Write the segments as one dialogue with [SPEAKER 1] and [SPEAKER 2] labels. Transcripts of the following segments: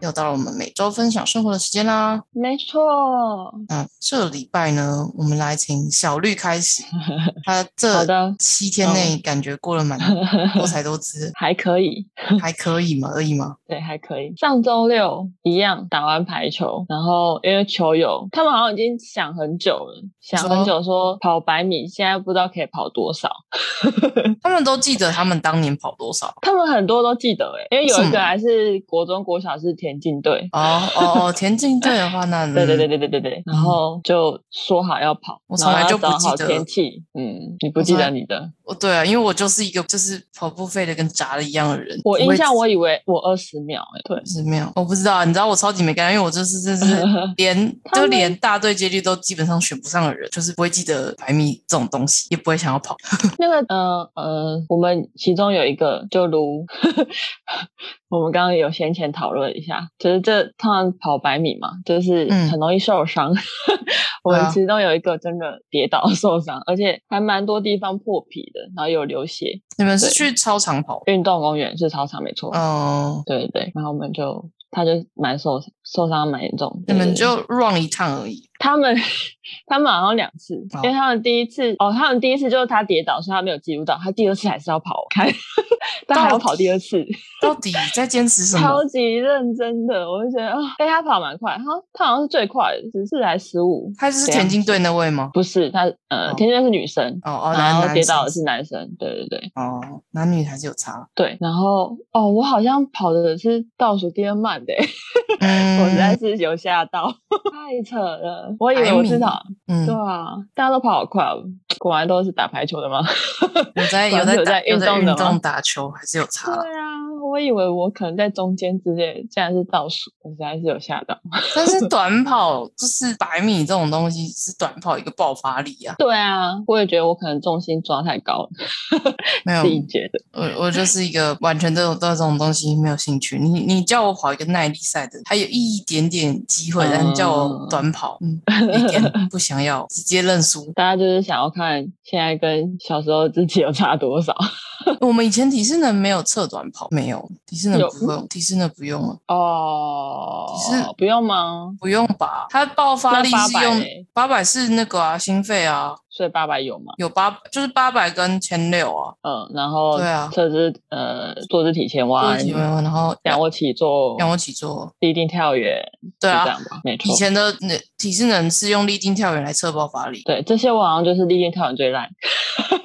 [SPEAKER 1] 又到了我们每周分享生活的时间啦。
[SPEAKER 2] 没错，
[SPEAKER 1] 那这礼拜呢，我们来请小绿开始。 他
[SPEAKER 2] 好
[SPEAKER 1] 这
[SPEAKER 2] 的，
[SPEAKER 1] 七天内感觉过了蛮多才多 姿，
[SPEAKER 2] 还可以，
[SPEAKER 1] 还可以嘛，而已嘛。
[SPEAKER 2] 对，还可以。上周六一样打完排球，然后因为球友他们好像已经想很久了，想
[SPEAKER 1] 说
[SPEAKER 2] 很久说跑百米，现在不知道可以跑多少。
[SPEAKER 1] 他们都记得他们当年跑多少。
[SPEAKER 2] 他们很多都记得欸诶、因为有
[SPEAKER 1] 是
[SPEAKER 2] 一
[SPEAKER 1] 吗
[SPEAKER 2] 个还是国中国小是田径队。
[SPEAKER 1] 哦哦哦，田径队的话，那
[SPEAKER 2] 对对对
[SPEAKER 1] 嗯
[SPEAKER 2] 对对对对，然后就说好要跑，
[SPEAKER 1] 我
[SPEAKER 2] 然
[SPEAKER 1] 从
[SPEAKER 2] 后
[SPEAKER 1] 来
[SPEAKER 2] 要
[SPEAKER 1] 就不
[SPEAKER 2] 找
[SPEAKER 1] 记
[SPEAKER 2] 好
[SPEAKER 1] 得
[SPEAKER 2] 天气。嗯，你不记
[SPEAKER 1] 从来
[SPEAKER 2] 得你的？
[SPEAKER 1] 哦对啊，因为我就是一个就是跑步废的跟炸了一样的人。
[SPEAKER 2] 我
[SPEAKER 1] 不
[SPEAKER 2] 印
[SPEAKER 1] 会
[SPEAKER 2] 象我以为我二十秒欸诶、对，
[SPEAKER 1] 是没有，我不知道啊，你知道我超级没概念，因为我就是真 是连
[SPEAKER 2] 嗯他
[SPEAKER 1] 就
[SPEAKER 2] 们
[SPEAKER 1] 连大队接力都基本上选不上的人，就是不会记得百米这种东西，也不会想要跑。
[SPEAKER 2] 那个呃呃，我们其中有一个，就如 我们刚刚有先前讨论一下，就是这通常跑百米嘛，就是
[SPEAKER 1] 嗯
[SPEAKER 2] 很容易受伤。 我
[SPEAKER 1] 对啊
[SPEAKER 2] 们其中有一个真的跌倒 受伤，而且还蛮多地方破皮的，然后有流血。
[SPEAKER 1] 你们是
[SPEAKER 2] 对嗯
[SPEAKER 1] 去操场跑？
[SPEAKER 2] 运动公园是操场没错，
[SPEAKER 1] 哦、
[SPEAKER 2] 对对对。然后我们就他就蛮受受伤蛮严重的，
[SPEAKER 1] 你们
[SPEAKER 2] 对对对
[SPEAKER 1] 就 run 一趟而已。
[SPEAKER 2] 他们 他们好像两次，
[SPEAKER 1] 哦
[SPEAKER 2] 因为他们第一次哦，他们第一次就是他跌倒，所以他没有记录到，他第二次还是要跑开， 他还要跑第二次，
[SPEAKER 1] 到底在坚持什么
[SPEAKER 2] 超？级认真的，我就觉得啊，哎、他跑蛮快，他他好像是最快的，十四还十五，
[SPEAKER 1] 他就是田径队那位吗？
[SPEAKER 2] 不是他呃，
[SPEAKER 1] 哦
[SPEAKER 2] 田径队是女生。
[SPEAKER 1] 哦哦，
[SPEAKER 2] 然
[SPEAKER 1] 男
[SPEAKER 2] 后
[SPEAKER 1] 男
[SPEAKER 2] 跌倒的
[SPEAKER 1] 生
[SPEAKER 2] 是男生，对对对。
[SPEAKER 1] 哦，男女还是有差
[SPEAKER 2] 对。然后哦，我好像跑的是倒数第二慢的欸， 我实在
[SPEAKER 1] 嗯
[SPEAKER 2] 是有吓到， 太扯了！我以
[SPEAKER 1] 百
[SPEAKER 2] 为我
[SPEAKER 1] 米
[SPEAKER 2] 至少
[SPEAKER 1] 嗯
[SPEAKER 2] 对，啊，大家都跑好快哦，果然都是打排球的吗？
[SPEAKER 1] 有在
[SPEAKER 2] 果
[SPEAKER 1] 有
[SPEAKER 2] 然
[SPEAKER 1] 在打
[SPEAKER 2] 是有在
[SPEAKER 1] 有
[SPEAKER 2] 运
[SPEAKER 1] 在
[SPEAKER 2] 动
[SPEAKER 1] 运
[SPEAKER 2] 的
[SPEAKER 1] 动
[SPEAKER 2] 吗？
[SPEAKER 1] 打球还是有差啦。
[SPEAKER 2] 对啊，我以为我可能在中间之类的，竟然是倒数，我实在是有吓到。
[SPEAKER 1] 但是短跑就是百米这种东西是短跑一个爆发力啊。
[SPEAKER 2] 对啊，我也觉得我可能重心抓太高了，
[SPEAKER 1] 没有
[SPEAKER 2] 自，己觉得。
[SPEAKER 1] 我我就是一个完全对我对这种东西没有兴趣。你你叫我跑一个耐力赛的，还有一点点机会，但你叫我
[SPEAKER 2] 嗯
[SPEAKER 1] 短跑，嗯，一 点不想要，直接认输。
[SPEAKER 2] 大家就是想要看现在跟小时候自己有差多少
[SPEAKER 1] 我们以前体适能没有测短跑，没有体适能
[SPEAKER 2] 有
[SPEAKER 1] 不用，体适能不用了，
[SPEAKER 2] 哦
[SPEAKER 1] 其实。
[SPEAKER 2] 不用吗？
[SPEAKER 1] 不用吧？它爆发
[SPEAKER 2] 那
[SPEAKER 1] 力是
[SPEAKER 2] 800
[SPEAKER 1] 用
[SPEAKER 2] 嘞
[SPEAKER 1] 八百是那个啊，心肺啊，
[SPEAKER 2] 所以八百有吗？
[SPEAKER 1] 有八就是八百跟前六啊，
[SPEAKER 2] 嗯，然后
[SPEAKER 1] 对啊
[SPEAKER 2] 侧肢呃坐姿体前
[SPEAKER 1] 对
[SPEAKER 2] 弯，
[SPEAKER 1] 体温然后
[SPEAKER 2] 仰卧起坐，
[SPEAKER 1] 仰卧起坐，
[SPEAKER 2] 立定跳远，
[SPEAKER 1] 对
[SPEAKER 2] 是
[SPEAKER 1] 啊
[SPEAKER 2] 这，样吧？没错
[SPEAKER 1] 以。前的那体适能是用立定跳远来测爆发力，
[SPEAKER 2] 对，这些我好像就是立定跳远最烂。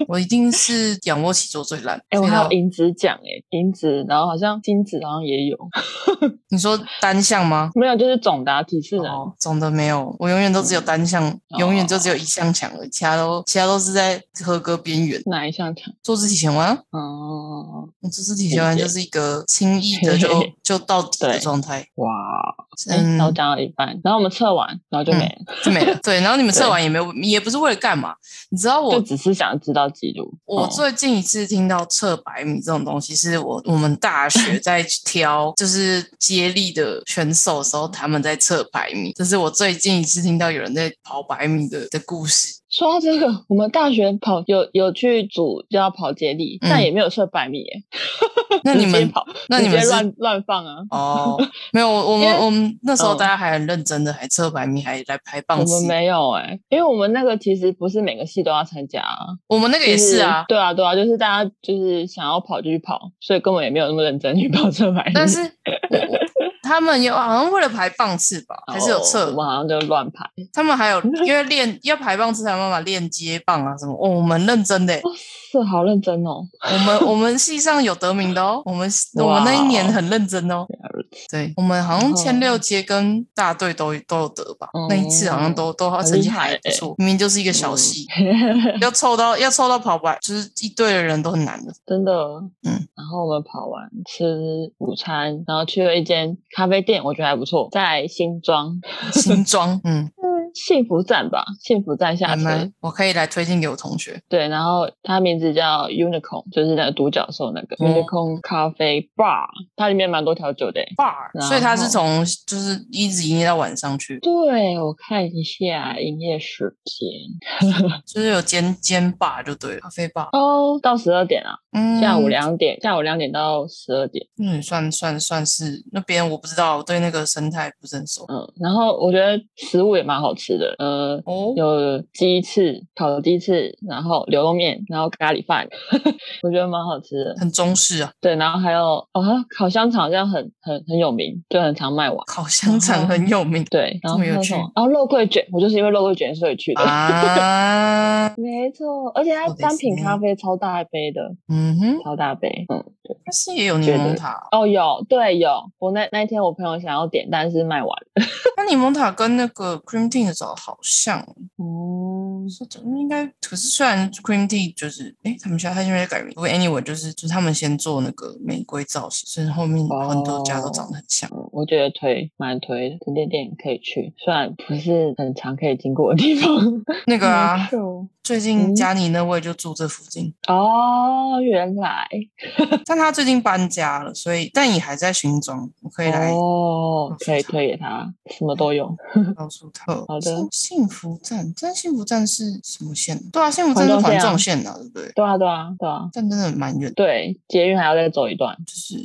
[SPEAKER 1] 我一定是仰卧起坐最烂。
[SPEAKER 2] 哎、我
[SPEAKER 1] 所以
[SPEAKER 2] 还
[SPEAKER 1] 到
[SPEAKER 2] 有银质奖哎，银质，然后好像金质好像也有，
[SPEAKER 1] 你说单项吗？
[SPEAKER 2] 没有就是总答体适能。
[SPEAKER 1] 哦，总的没有，我永远都只有单项，永
[SPEAKER 2] 哦
[SPEAKER 1] 远就只有一项强而已，其他都其他都是在合格边缘。
[SPEAKER 2] 哪一项强？
[SPEAKER 1] 坐姿体前弯，
[SPEAKER 2] 哦，
[SPEAKER 1] 啊我坐姿体前弯
[SPEAKER 2] 理解
[SPEAKER 1] 就是一个轻易的就 就到底的
[SPEAKER 2] 对
[SPEAKER 1] 状态，
[SPEAKER 2] 哇！哎、
[SPEAKER 1] 嗯
[SPEAKER 2] 然，后讲到一半，然后我们测完，然后就没了，
[SPEAKER 1] 就没了。 对，然后你们测完也没有，也不是为了干嘛，你知道
[SPEAKER 2] 就
[SPEAKER 1] 我
[SPEAKER 2] 只是想知道记录。
[SPEAKER 1] 我
[SPEAKER 2] 哦
[SPEAKER 1] 最近一次听到测百米这种东西，是我我们大
[SPEAKER 2] 嗯
[SPEAKER 1] 学在挑就是接力的选手的时候，他们在测百米。这是我最近一次听到有人在跑百米的的故事。
[SPEAKER 2] 说到这个，我们大学跑有有去组就要跑接力，
[SPEAKER 1] 嗯
[SPEAKER 2] 但也没有测百米耶。
[SPEAKER 1] 那你
[SPEAKER 2] 直接
[SPEAKER 1] 们
[SPEAKER 2] 跑，
[SPEAKER 1] 那你们
[SPEAKER 2] 直接
[SPEAKER 1] 是
[SPEAKER 2] 乱乱放啊？
[SPEAKER 1] 哦，没有，我我
[SPEAKER 2] 因
[SPEAKER 1] 们
[SPEAKER 2] 为
[SPEAKER 1] 我们那时候
[SPEAKER 2] 嗯
[SPEAKER 1] 大家还很认真的，还测百米，还来排棒
[SPEAKER 2] 我
[SPEAKER 1] 次
[SPEAKER 2] 们。没有哎、因为我们那个其实不是每个系都要参加、啊，
[SPEAKER 1] 我们那个也
[SPEAKER 2] 就是
[SPEAKER 1] 啊，
[SPEAKER 2] 对啊，对啊，就是大家就是想要跑就去跑，所以根本也没有那么认真去跑车牌。
[SPEAKER 1] 但是我我他们有好像为了排棒次吧，还是有测
[SPEAKER 2] 哦我们好像就乱排。
[SPEAKER 1] 他们还有因为练要排棒之才有办法练接棒啊什么，哦、我们认真的欸，
[SPEAKER 2] 哇塞，好认真哦！
[SPEAKER 1] 我 们我们系上有得名的哦，我们我们那一年很认真哦，
[SPEAKER 2] 原来如此
[SPEAKER 1] 对我们好像
[SPEAKER 2] 哦
[SPEAKER 1] 前六届跟大队都都有得吧，那一次好像都都成绩还不
[SPEAKER 2] 欸
[SPEAKER 1] 错，明明就是一个小系，
[SPEAKER 2] 嗯
[SPEAKER 1] 要凑到要凑到跑百，就是一队的人都很难的。
[SPEAKER 2] 真的。
[SPEAKER 1] 嗯，
[SPEAKER 2] 然后我们跑完吃午餐，然后去了一间咖啡店，我觉得还不错，在新庄。
[SPEAKER 1] 新庄，嗯，
[SPEAKER 2] 幸福站吧，幸福站下
[SPEAKER 1] 还
[SPEAKER 2] 车
[SPEAKER 1] 蛮，，我可以来推荐给我同学。
[SPEAKER 2] 对，然后它名字叫 Unicorn，就是那个独角兽那个、
[SPEAKER 1] 嗯
[SPEAKER 2] Unicorn Coffee Bar，它里面蛮多调酒的欸。
[SPEAKER 1] bar，
[SPEAKER 2] 然后
[SPEAKER 1] 所以他是从就是一直营业到晚上去，
[SPEAKER 2] 对，我看一下营业时间
[SPEAKER 1] 就是有兼兼 bar 就对了，咖啡 bar，
[SPEAKER 2] 哦，到十二点啊，
[SPEAKER 1] 嗯，
[SPEAKER 2] 下午两点，下午两点到十二点。
[SPEAKER 1] 嗯，算算算是那边我不知道，我对那个生态不是很熟。
[SPEAKER 2] 嗯，然后我觉得食物也蛮好吃的，呃，
[SPEAKER 1] 哦，
[SPEAKER 2] 有鸡翅、烤鸡翅，然后牛肉面，然后咖喱饭， 我觉得蛮好吃的。
[SPEAKER 1] 很中式啊，
[SPEAKER 2] 对，然后还有哦，还有烤香肠，这样很很很有名，就很常卖完。
[SPEAKER 1] 烤香肠很有名
[SPEAKER 2] 嗯对，然后
[SPEAKER 1] 这么
[SPEAKER 2] 还
[SPEAKER 1] 有
[SPEAKER 2] 有
[SPEAKER 1] 趣
[SPEAKER 2] 什么？然哦后肉桂卷，我就是因为肉桂卷所以去的。
[SPEAKER 1] 啊。
[SPEAKER 2] 没错，而且它
[SPEAKER 1] 我得
[SPEAKER 2] 单品
[SPEAKER 1] 是
[SPEAKER 2] 咖啡超大杯的，
[SPEAKER 1] 嗯哼，
[SPEAKER 2] 超大杯。嗯，对。
[SPEAKER 1] 但是也有柠檬塔哦，
[SPEAKER 2] 哦，有，对，有。我那那一天我朋友想要点，但是卖完了。
[SPEAKER 1] 那柠檬塔跟那个 cream tea 的时候好像，
[SPEAKER 2] 嗯，
[SPEAKER 1] 是的应该。可是虽然 cream tea 就是，哎，他们现在他现在改名，不过 anyway 就是就是他们先做那个玫瑰造型，所以后面
[SPEAKER 2] 哦
[SPEAKER 1] 很多家都长得很像。
[SPEAKER 2] 嗯我觉得推蛮推的，这间店可以去，虽然不是很常可以经过的地 方。嗯
[SPEAKER 1] 那个
[SPEAKER 2] 没
[SPEAKER 1] 啊，
[SPEAKER 2] 错
[SPEAKER 1] 最近
[SPEAKER 2] 嗯
[SPEAKER 1] 家里那位就住这附近，
[SPEAKER 2] 哦，原来
[SPEAKER 1] 但他最近搬家了，所以但也还在新庄，我可以来
[SPEAKER 2] 哦
[SPEAKER 1] 告，诉
[SPEAKER 2] 可以
[SPEAKER 1] 他
[SPEAKER 2] 推给他，什么都有。
[SPEAKER 1] 告诉他。好
[SPEAKER 2] 的
[SPEAKER 1] 幸福站，但幸福站是什么线？对啊，幸福站是
[SPEAKER 2] 环
[SPEAKER 1] 环
[SPEAKER 2] 状线啊
[SPEAKER 1] 状线啊，对不对？
[SPEAKER 2] 对啊，对啊，对啊，
[SPEAKER 1] 但真的蛮远的。
[SPEAKER 2] 对，捷运还要再走一段。
[SPEAKER 1] 就是，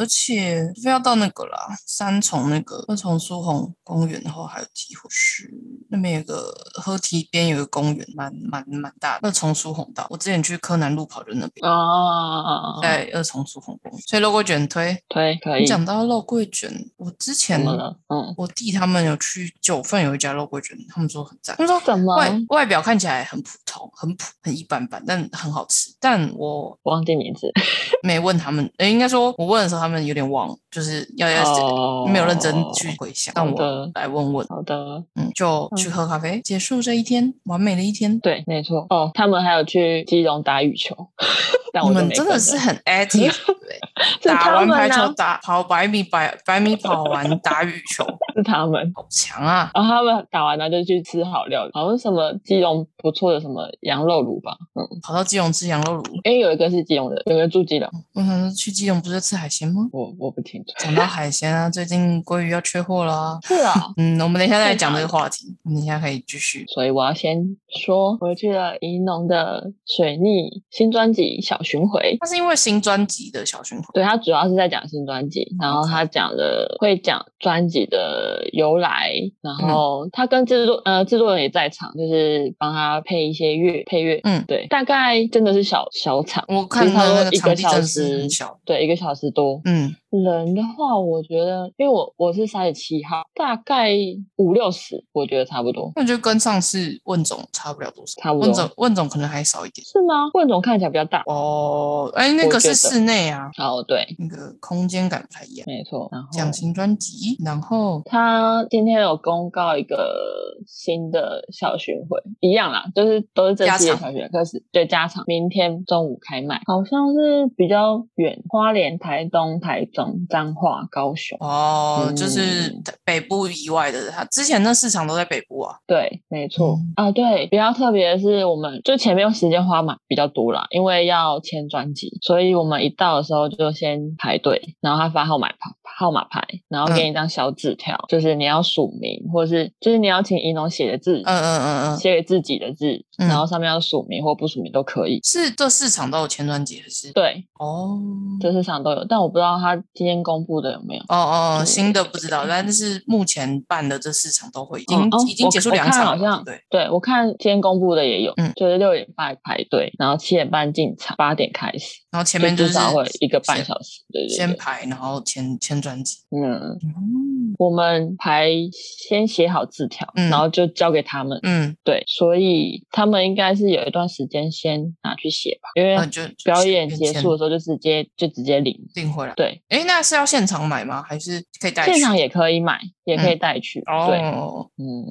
[SPEAKER 1] 而且非要到那个啦，三重那个二重疏洪公园的话，还有机会是那边有个河堤边有个公园，蛮蛮蛮大的。二重疏洪道，我之前去柯南路跑就那边，
[SPEAKER 2] 哦，
[SPEAKER 1] 在二重疏洪公园，所以肉桂卷推。
[SPEAKER 2] 推可以。
[SPEAKER 1] 你
[SPEAKER 2] 怎
[SPEAKER 1] 讲到肉桂卷，我之前
[SPEAKER 2] 么了？嗯，
[SPEAKER 1] 我弟他们有去九份有一家肉桂卷，他们说很赞，他们说
[SPEAKER 2] 怎么
[SPEAKER 1] 外外表看起来很普通，很普很一般般，但很好吃。但我
[SPEAKER 2] 忘记名字？
[SPEAKER 1] 没问他们，呃，应该说我问的时候他们有点忘了，就是要要、
[SPEAKER 2] 哦，
[SPEAKER 1] 没有认真去。回想，
[SPEAKER 2] 好
[SPEAKER 1] 让我
[SPEAKER 2] 的
[SPEAKER 1] 来问问，
[SPEAKER 2] 好的，
[SPEAKER 1] 嗯，就去喝咖啡，结束这一天完美的一天。
[SPEAKER 2] 对，没错。哦，他们还有去基隆打羽球， 但我
[SPEAKER 1] 你
[SPEAKER 2] 就
[SPEAKER 1] 们
[SPEAKER 2] 没
[SPEAKER 1] 真的
[SPEAKER 2] 跟
[SPEAKER 1] 是
[SPEAKER 2] 了
[SPEAKER 1] 很 active，对
[SPEAKER 2] 是
[SPEAKER 1] 打
[SPEAKER 2] 他
[SPEAKER 1] 完
[SPEAKER 2] 们
[SPEAKER 1] 排球
[SPEAKER 2] 啊，
[SPEAKER 1] 打跑百米百百米跑完打羽球，
[SPEAKER 2] 是他们。
[SPEAKER 1] 好强啊！
[SPEAKER 2] 然后他们打完了就去吃好料理，好像什么基隆不错的什么羊肉炉吧，嗯，
[SPEAKER 1] 跑到基隆吃羊肉炉，
[SPEAKER 2] 因为有一个是基隆的，有一个住基隆，
[SPEAKER 1] 我想说去基隆不是吃海鲜吗？
[SPEAKER 2] 我我不清楚。
[SPEAKER 1] 讲到海鲜啊，最近鲑鱼要缺货了啊。
[SPEAKER 2] 是啊，
[SPEAKER 1] 嗯，我们等一下再
[SPEAKER 2] 太
[SPEAKER 1] 讲
[SPEAKER 2] 好
[SPEAKER 1] 这个
[SPEAKER 2] 了
[SPEAKER 1] 话题，我们等一下可以继续。
[SPEAKER 2] 所以我要先说，我去了怡农的水逆新专辑小巡回。
[SPEAKER 1] 它是因为新专辑的小巡回，
[SPEAKER 2] 对他主要是在讲新专辑，然后他讲了会讲专辑的由来，然
[SPEAKER 1] 嗯
[SPEAKER 2] 后他跟制作呃制作人也在场，就是帮他配一些乐配乐，
[SPEAKER 1] 嗯
[SPEAKER 2] 对，大概真的是小小场，
[SPEAKER 1] 我看
[SPEAKER 2] 其实差
[SPEAKER 1] 到
[SPEAKER 2] 不多
[SPEAKER 1] 那个
[SPEAKER 2] 一
[SPEAKER 1] 场
[SPEAKER 2] 个
[SPEAKER 1] 地
[SPEAKER 2] 小
[SPEAKER 1] 真的是
[SPEAKER 2] 时
[SPEAKER 1] 很，小。
[SPEAKER 2] 对，一个小时多，
[SPEAKER 1] 嗯，
[SPEAKER 2] 人的话，我觉得，因为我我是三十七号，大概五六十，我觉得差不多，
[SPEAKER 1] 那就跟上次问总差不了多少，
[SPEAKER 2] 差不
[SPEAKER 1] 问
[SPEAKER 2] 多
[SPEAKER 1] 总问总可能还少一点。
[SPEAKER 2] 是吗？问总看起来比较大。
[SPEAKER 1] 哦，哎，那
[SPEAKER 2] 我
[SPEAKER 1] 个
[SPEAKER 2] 觉
[SPEAKER 1] 是
[SPEAKER 2] 得
[SPEAKER 1] 室内啊，
[SPEAKER 2] 哦，对，
[SPEAKER 1] 那个空间感不太一样。
[SPEAKER 2] 没错。然后
[SPEAKER 1] 讲新专辑，然后
[SPEAKER 2] 他今天有公告一个新的小巡回，一样啦，就是都是这
[SPEAKER 1] 加
[SPEAKER 2] 期的
[SPEAKER 1] 场
[SPEAKER 2] 小巡回开始，对，加场，明天中午开卖，好像是比较远，花莲、台东、台中、彰化、高雄，
[SPEAKER 1] 哦，就是
[SPEAKER 2] 嗯
[SPEAKER 1] 北部以外的，它之前那市场都在北部啊。
[SPEAKER 2] 对，没错、
[SPEAKER 1] 嗯
[SPEAKER 2] 啊，对，比较特别的是，我们就前面时间花蛮比较多啦，因为要签专辑，所以我们一到的时候就先排队，然后他发号码牌，号码牌，然后给
[SPEAKER 1] 嗯
[SPEAKER 2] 你一张小纸条，就是你要署名，或是就是你要请怡农写的字，
[SPEAKER 1] 嗯嗯嗯嗯，
[SPEAKER 2] 写给自己的字，
[SPEAKER 1] 嗯
[SPEAKER 2] 然后上面要署名或不署名都可以。
[SPEAKER 1] 是这市场都有前专辑还是？
[SPEAKER 2] 对，
[SPEAKER 1] 哦，
[SPEAKER 2] 这市场都有，但我不知道他今天公布的有没有。
[SPEAKER 1] 哦哦，新的不知道，但是目前办的这市场都会已经、
[SPEAKER 2] 哦哦
[SPEAKER 1] 已经结束
[SPEAKER 2] 我我
[SPEAKER 1] 两
[SPEAKER 2] 看
[SPEAKER 1] 场
[SPEAKER 2] 好
[SPEAKER 1] 了
[SPEAKER 2] 像
[SPEAKER 1] 嘛，对不对，
[SPEAKER 2] 对我看今天公布的也有，
[SPEAKER 1] 嗯
[SPEAKER 2] 就是六点半排队，然后七点半进场，八点开始。
[SPEAKER 1] 然后前面
[SPEAKER 2] 就
[SPEAKER 1] 就
[SPEAKER 2] 至
[SPEAKER 1] 是
[SPEAKER 2] 少会一个半
[SPEAKER 1] 先
[SPEAKER 2] 小时，对对
[SPEAKER 1] 先
[SPEAKER 2] 对，
[SPEAKER 1] 排，然后签签专辑。
[SPEAKER 2] 嗯，
[SPEAKER 1] 嗯
[SPEAKER 2] 我们排先写好字条，
[SPEAKER 1] 嗯
[SPEAKER 2] 然后就交给他们，
[SPEAKER 1] 嗯，
[SPEAKER 2] 对，所以他们应该是有一段时间先拿去写吧，因为
[SPEAKER 1] 啊就
[SPEAKER 2] 表演结
[SPEAKER 1] 先
[SPEAKER 2] 束的时候就直接就直接领，
[SPEAKER 1] 订回来。
[SPEAKER 2] 对，
[SPEAKER 1] 诶，那是要现场买吗？还是可以带去？
[SPEAKER 2] 现场也可以买，也可以
[SPEAKER 1] 嗯
[SPEAKER 2] 带去，对，
[SPEAKER 1] 哦，
[SPEAKER 2] 嗯，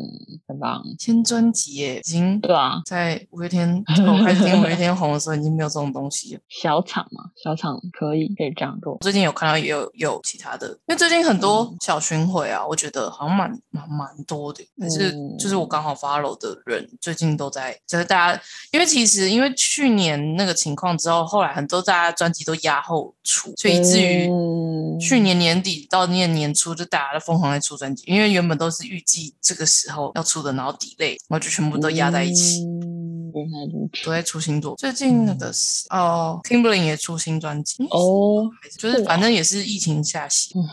[SPEAKER 2] 很棒，
[SPEAKER 1] 签专辑耶，已经
[SPEAKER 2] 对啊，
[SPEAKER 1] 在五月天哦我开始听五月天红的时候，已经没有这种东西了。
[SPEAKER 2] 小厂嘛，小厂可以可以这样做
[SPEAKER 1] 我，最近有看到也有
[SPEAKER 2] 嗯
[SPEAKER 1] 有其他的，因为最近很多小巡回啊，我觉得好像蛮蛮蛮多的，但是就是
[SPEAKER 2] 哦
[SPEAKER 1] 就是我刚好 follow 的人，最近都在，就是大家，因为其实因为去年那个情况之后，后来很多大家专辑都压后出，所以以至于
[SPEAKER 2] 嗯
[SPEAKER 1] 去年年底到年年初，就大家都疯狂在出专辑，因为原本都是预计这个时候要出的，然后 delay，然后就全部都压在一起。
[SPEAKER 2] 嗯原来如此。
[SPEAKER 1] 都在出新作，最近那个是哦，Kimberly 也出新专辑，
[SPEAKER 2] 哦，
[SPEAKER 1] 还是就是反正也是疫情下写，
[SPEAKER 2] 嗯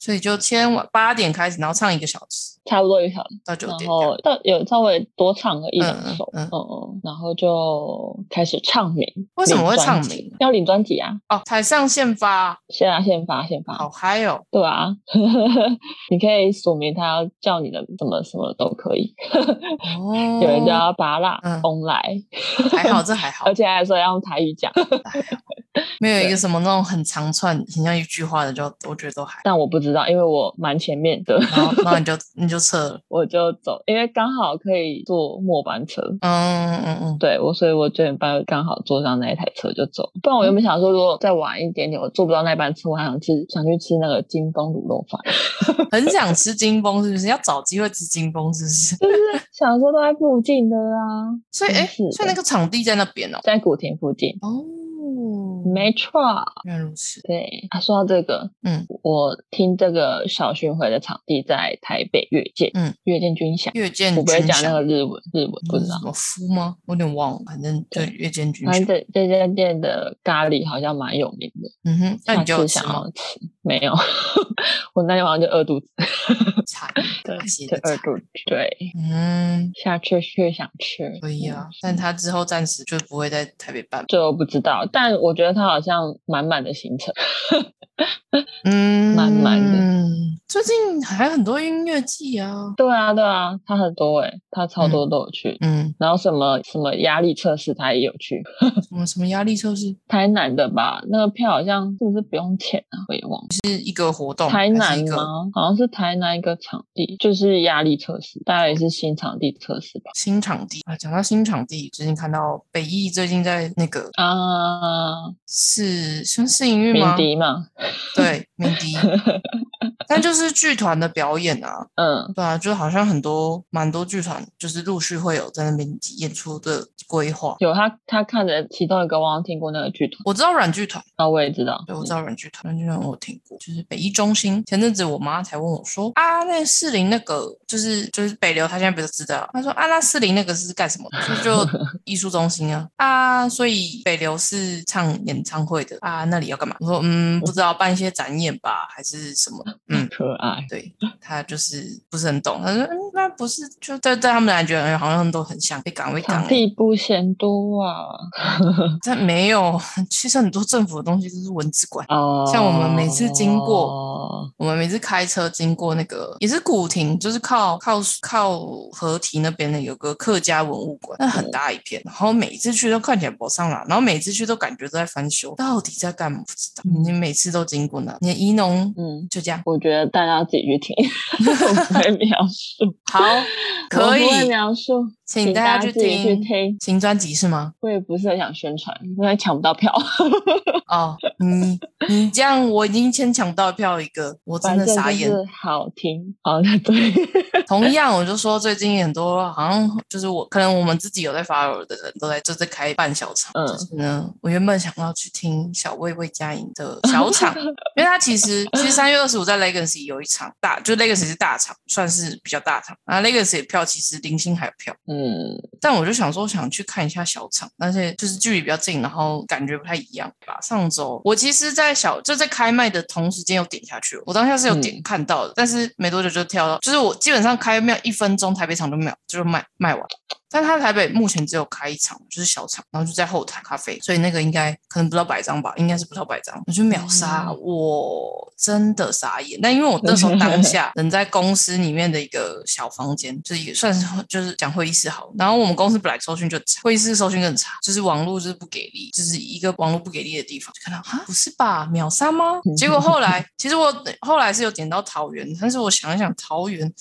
[SPEAKER 1] 所以就先晚八点开始，然后唱一个小时
[SPEAKER 2] 差不多一个小时，
[SPEAKER 1] 到九
[SPEAKER 2] 然
[SPEAKER 1] 点这样。
[SPEAKER 2] 后但有稍微多唱个一两
[SPEAKER 1] 嗯
[SPEAKER 2] 首，
[SPEAKER 1] 嗯
[SPEAKER 2] 嗯嗯，然后就开始唱名。
[SPEAKER 1] 为什么会
[SPEAKER 2] 领专
[SPEAKER 1] 唱
[SPEAKER 2] 辑
[SPEAKER 1] 名？
[SPEAKER 2] 要领专辑啊！
[SPEAKER 1] 哦，台上现发，
[SPEAKER 2] 先啊，先发，先发。
[SPEAKER 1] 好嗨哦！
[SPEAKER 2] 对啊，你可以署名，他要叫你的什么什么都可以。
[SPEAKER 1] 哦，
[SPEAKER 2] 有人叫呃他拔蜡
[SPEAKER 1] 嗯
[SPEAKER 2] 翁来，
[SPEAKER 1] 还好，这还好
[SPEAKER 2] 而，且还说要用台语讲，
[SPEAKER 1] 没有一个什么那种很长串、很像一句话的，就我觉得都还。
[SPEAKER 2] 但我不知道，因为我蛮前面的，
[SPEAKER 1] 然后，然后你就你就撤了，
[SPEAKER 2] 我就走，因为刚好可以坐末班车。
[SPEAKER 1] 嗯嗯嗯，
[SPEAKER 2] 对我，所以我九点半刚好坐上那一台车就走。不然我原本想说，如果再晚一点点，我坐不到那班车，我还想吃，想去吃那个金丰卤肉饭。
[SPEAKER 1] 嗯很想吃金峰是不是？要找机会吃金峰是不是？
[SPEAKER 2] 想说都在附近的啊，
[SPEAKER 1] 所以哎，
[SPEAKER 2] 真是的
[SPEAKER 1] 所以那个场地在那边哦。
[SPEAKER 2] 在古亭附近，
[SPEAKER 1] 哦，
[SPEAKER 2] 没错。
[SPEAKER 1] 原来如此。
[SPEAKER 2] 对，啊，说到这个，
[SPEAKER 1] 嗯，
[SPEAKER 2] 我听这个小巡回的场地在台北越界，
[SPEAKER 1] 嗯，
[SPEAKER 2] 越界军饷，
[SPEAKER 1] 月见
[SPEAKER 2] 我不会
[SPEAKER 1] 军
[SPEAKER 2] 讲那
[SPEAKER 1] 饷
[SPEAKER 2] 个日文，日文不知道
[SPEAKER 1] 嗯什。么夫吗？我有点忘了，反正就月见军
[SPEAKER 2] 反正
[SPEAKER 1] 饷。
[SPEAKER 2] 这这家店的咖喱好像蛮有名的，
[SPEAKER 1] 嗯哼，那你就
[SPEAKER 2] 下
[SPEAKER 1] 有
[SPEAKER 2] 次
[SPEAKER 1] 吃
[SPEAKER 2] 想
[SPEAKER 1] 吗？
[SPEAKER 2] 要吃没有？ 我那天晚上就饿肚子，
[SPEAKER 1] 菜，
[SPEAKER 2] 对
[SPEAKER 1] 大写
[SPEAKER 2] 就
[SPEAKER 1] 的
[SPEAKER 2] 饿
[SPEAKER 1] 菜。
[SPEAKER 2] 肚子，对，
[SPEAKER 1] 嗯，
[SPEAKER 2] 下次却想吃，
[SPEAKER 1] 可以啊
[SPEAKER 2] 嗯，
[SPEAKER 1] 但他之后暂时就不会在台北办。
[SPEAKER 2] 这我不知道，但我觉得它好像满满的行程，
[SPEAKER 1] 嗯，
[SPEAKER 2] 慢慢的
[SPEAKER 1] 嗯，最近还有很多音乐季啊。
[SPEAKER 2] 对啊，对啊，它很多诶、它超多都有去，
[SPEAKER 1] 嗯，
[SPEAKER 2] 然后什么什么压力测试它也有去，
[SPEAKER 1] 什么什么压力测试
[SPEAKER 2] 台南的吧，那个票好像是不是不用钱啊？我也忘记。
[SPEAKER 1] 是一个活动，
[SPEAKER 2] 台
[SPEAKER 1] 还
[SPEAKER 2] 南
[SPEAKER 1] 哦是一个
[SPEAKER 2] 吗？好像是台南一个场地，就是压力测试，大概也是新场地测试吧。
[SPEAKER 1] 新场地啊。讲到新场地，最近看到北艺最近在那个
[SPEAKER 2] 啊，
[SPEAKER 1] 是是是营运
[SPEAKER 2] 鸣
[SPEAKER 1] 吗？
[SPEAKER 2] 笛嘛，
[SPEAKER 1] 对，鸣 笛，但就是剧团的表演啊。
[SPEAKER 2] 嗯，
[SPEAKER 1] 对啊，就好像很多蛮多剧团，就是陆续会有在那边演出的规划。
[SPEAKER 2] 有他他看的其中一个，我好像听过那个剧团，
[SPEAKER 1] 我知道软剧团，
[SPEAKER 2] 那我也知道，
[SPEAKER 1] 对，我知道软剧团，软剧团我有听过，就是北艺中心。前阵子我妈才问我说啊，那个士林那个就是就是北流，她现在不是知道，她说啊，那士林那个是干什么的？就就艺术中心啊啊，所以北流是唱演唱会的啊，那里要干嘛？我说嗯，不知道，办一些展演吧，还是什么？嗯，
[SPEAKER 2] 可爱，
[SPEAKER 1] 对他就是不是很懂，他说嗯，那不是就对对他们来讲好像都很像被岗位岗
[SPEAKER 2] 场，地不嫌多啊，
[SPEAKER 1] 但没有， 其实很多政府的东西都是文字馆。
[SPEAKER 2] 哦，
[SPEAKER 1] 像我们每次经过
[SPEAKER 2] 过，
[SPEAKER 1] 我们每次开车经过那个也是古亭，就是靠靠靠河堤那边的有个客家文物馆，那
[SPEAKER 2] 嗯
[SPEAKER 1] 很大一片，然后每次去都看起来不上啦，然后每次去都感觉都在翻修，到底在干嘛不知道。
[SPEAKER 2] 嗯
[SPEAKER 1] 你每次都经过那，你的宜农
[SPEAKER 2] 嗯，
[SPEAKER 1] 就这样，
[SPEAKER 2] 我觉得大家自己去听， 我不 会描述，
[SPEAKER 1] 好，可以
[SPEAKER 2] 我不会描述，
[SPEAKER 1] 请大家去
[SPEAKER 2] 自己去
[SPEAKER 1] 听
[SPEAKER 2] 听。
[SPEAKER 1] 新专辑是吗？
[SPEAKER 2] 我也不是很想宣传，因为抢不到票。
[SPEAKER 1] 哦，你你这样，我已经先抢到票一个，我真
[SPEAKER 2] 反
[SPEAKER 1] 的
[SPEAKER 2] 正
[SPEAKER 1] 傻
[SPEAKER 2] 就
[SPEAKER 1] 眼。
[SPEAKER 2] 是好听，好的，对，
[SPEAKER 1] 同样，我就说最近很多好像就是我，可能我们自己有在 follow 的人都在就在开办小场。
[SPEAKER 2] 嗯
[SPEAKER 1] 就是呢，我原本想要去听小魏魏佳莹的小 场，因为她其实其实三月二十五在 Legacy 有一场大，就 Legacy 是大场，算是比较大场。然后 Legacy 的票其实零星还有票。
[SPEAKER 2] 嗯，
[SPEAKER 1] 但我就想说，想去看一下小场，但是就是距离比较近，然后感觉不太一样吧。上周我其实，在小就在开麦的同时间有点下去了，我当下是有点
[SPEAKER 2] 嗯
[SPEAKER 1] 看到的，但是没多久就跳到，就是我基本上开麦一分钟，台北场就没有，就是卖卖完。但他台北目前只有开一场，就是小场，然后就在后台咖啡，所以那个应该可能不到百张吧，应该是不到百张，我就秒杀，
[SPEAKER 2] 嗯
[SPEAKER 1] 我真的傻眼。但因为我 那时候当 下人在公司里面的一个小房间，就是也算是就是讲会议室好了，然后我们公司本来搜讯就很差，会议室搜讯更差，就是网络就是不给力，就是一个网络不给力的地方，就看到啊，不是吧，秒杀吗？
[SPEAKER 2] 嗯
[SPEAKER 1] 结果后来其实我后来是有点到 桃园，但是我想一想桃园。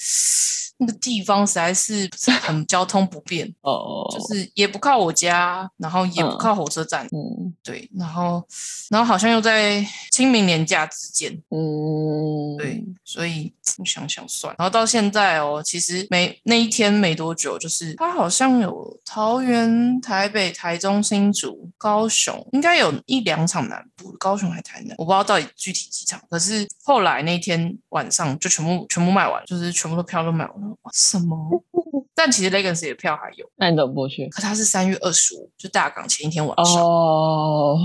[SPEAKER 1] 那个地方实在是不是很交通不便。便，
[SPEAKER 2] 哦，
[SPEAKER 1] 就是也不靠我家，然后也不
[SPEAKER 2] 嗯
[SPEAKER 1] 靠火车站，
[SPEAKER 2] 嗯
[SPEAKER 1] 对，然后然后好像又在清明年假之间，
[SPEAKER 2] 嗯，
[SPEAKER 1] 对，所以我想想算，然后到现在哦，其实没那一天没多久，就是它好像有桃园、台北、台中、新竹、高雄，应该有一两场南部，高雄还台南，我不知道到底具体几场。可是后来那天晚上就全部全部卖完，就是全部的票都卖完了。哇，什么？ 但其实 Legacy 的票还有，
[SPEAKER 2] 那你怎么不去？
[SPEAKER 1] 可它是三月二十五，就大港前一天晚上。
[SPEAKER 2] 哦，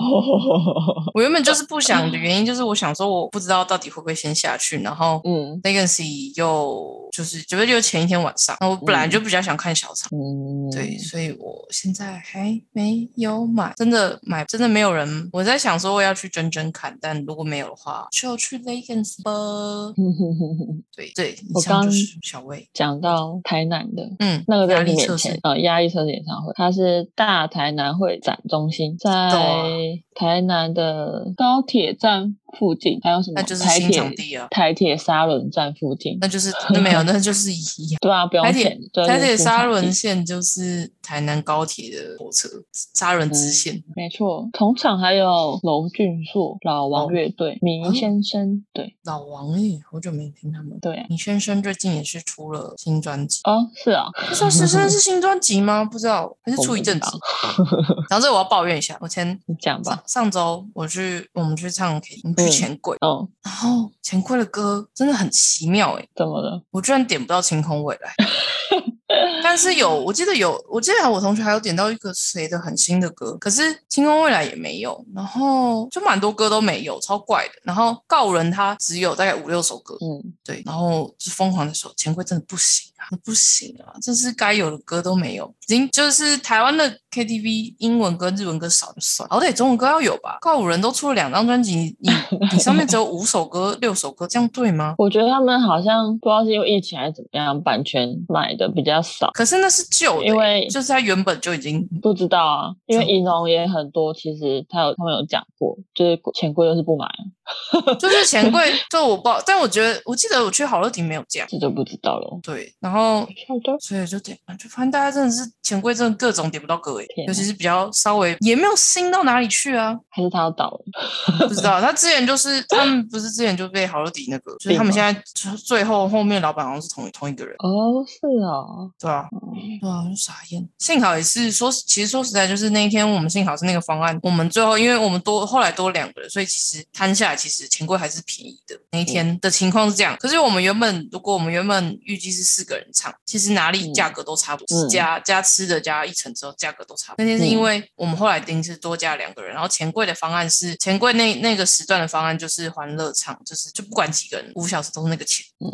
[SPEAKER 1] 我原本就是不想的原因，就是我想说，我不知道到底会不会先下去，然后
[SPEAKER 2] 嗯
[SPEAKER 1] Legacy 又就是九月就前一天晚上，那我本来就比较想看小场，
[SPEAKER 2] 嗯，
[SPEAKER 1] 对，所以我现在还没有买，真的买真的没有人。我在想说我要去真真看，但如果没有的话，就去 Legacy 吧。对对，以
[SPEAKER 2] 我
[SPEAKER 1] 上就
[SPEAKER 2] 刚
[SPEAKER 1] 是小薇，
[SPEAKER 2] 讲到台南的。
[SPEAKER 1] 嗯，
[SPEAKER 2] 那个
[SPEAKER 1] 压
[SPEAKER 2] 在你
[SPEAKER 1] 力
[SPEAKER 2] 面
[SPEAKER 1] 测
[SPEAKER 2] 前
[SPEAKER 1] 试，
[SPEAKER 2] 呃，压力测试演唱会，它是大台南会展中心，在
[SPEAKER 1] 啊
[SPEAKER 2] 台南的高铁站附近，还有什么
[SPEAKER 1] 那就是
[SPEAKER 2] 台
[SPEAKER 1] 新场
[SPEAKER 2] 铁
[SPEAKER 1] 地啊，
[SPEAKER 2] 台铁沙仑站附近
[SPEAKER 1] 那，就是那没有，那就是一 样。
[SPEAKER 2] 对啊，不用
[SPEAKER 1] 台
[SPEAKER 2] 钱
[SPEAKER 1] 铁，
[SPEAKER 2] 对
[SPEAKER 1] 台铁
[SPEAKER 2] 就是新场
[SPEAKER 1] 沙
[SPEAKER 2] 地嗯
[SPEAKER 1] 仑线就是台南高铁的火车沙仑支线，
[SPEAKER 2] 没错，同场还有娄俊硕、老王
[SPEAKER 1] 哦
[SPEAKER 2] 乐队、
[SPEAKER 1] 啊
[SPEAKER 2] 明先生，对
[SPEAKER 1] 老王诶，好久没听他们。
[SPEAKER 2] 对啊，
[SPEAKER 1] 李先生最近也是出了新专辑，
[SPEAKER 2] 哦是啊，
[SPEAKER 1] 那算 是算是新专辑吗？不知道，还是
[SPEAKER 2] 我
[SPEAKER 1] 出一
[SPEAKER 2] 不
[SPEAKER 1] 阵
[SPEAKER 2] 知
[SPEAKER 1] 子
[SPEAKER 2] 道。
[SPEAKER 1] 然后这我要抱怨一下，我 前
[SPEAKER 2] 你讲吧
[SPEAKER 1] 上，上周我去我们去唱 K，我们去
[SPEAKER 2] 嗯
[SPEAKER 1] 钱柜，
[SPEAKER 2] 嗯，
[SPEAKER 1] 然后钱柜的歌真的很奇妙诶，
[SPEAKER 2] 怎么了？
[SPEAKER 1] 我居然点不到《晴空未 来》，但是有我记得有我记得我同学还有点到一个谁的很新的歌，可是《晴空未来》也没有，然后就蛮多歌都没有，超怪的。然后告人他只有大概五六首歌，
[SPEAKER 2] 嗯，
[SPEAKER 1] 对，然后就疯狂的说钱柜真的不行啊，不行啊，这是该有的歌都没有，已经就是台湾的 KTV 英文歌、日文歌少就算，好歹中文歌要有吧？告五人都出了两张专辑，你你你上面只有五首歌、 六首歌，这样对吗？
[SPEAKER 2] 我觉得他们好像不知道是因为疫情还是怎么样，版权买的比较少，
[SPEAKER 1] 可是那是旧的欸、
[SPEAKER 2] 因为
[SPEAKER 1] 就是它原本就已经
[SPEAKER 2] 不知道啊，因为
[SPEAKER 1] 怎么
[SPEAKER 2] 银龙也很多，其实他有他们有讲过，就是钱柜就是不买，啊
[SPEAKER 1] 就是钱柜，就我不知道，但我觉得我记得我去好乐迪没有这样，
[SPEAKER 2] 这就不知道了。
[SPEAKER 1] 对，然后
[SPEAKER 2] 好的，
[SPEAKER 1] 所以就点，就发现大家真的是钱柜真的各种点不到歌诶、
[SPEAKER 2] 天
[SPEAKER 1] 尤其是比较稍微也没有新到哪里去啊，
[SPEAKER 2] 还是他要倒了。
[SPEAKER 1] 不知道，他之前就是他们不是之前就被好乐迪那个，就是他们
[SPEAKER 2] 对
[SPEAKER 1] 现在最最后后面老板好像是同同一个人，
[SPEAKER 2] 哦，是哦，
[SPEAKER 1] 对啊，对啊，就傻眼。幸好也是说，其实说实在，就是那一天我们幸好是那个方案，我们最后因为我们多后来多两个人，所以其实摊下来其实钱柜还是便宜的。那一天的情况是这样，可是我们原本如果我们原本预计是四个人唱，其实哪里
[SPEAKER 2] 嗯
[SPEAKER 1] 价格都差不多，
[SPEAKER 2] 嗯
[SPEAKER 1] 加加吃的加一层之后价格都差不多。那天是因
[SPEAKER 2] 嗯
[SPEAKER 1] 为我们后来临时多加两个人，然后钱柜的方案是钱柜那那个时段的方案就是欢乐唱，就是就不管几个人，五小时都是那个钱。
[SPEAKER 2] 嗯，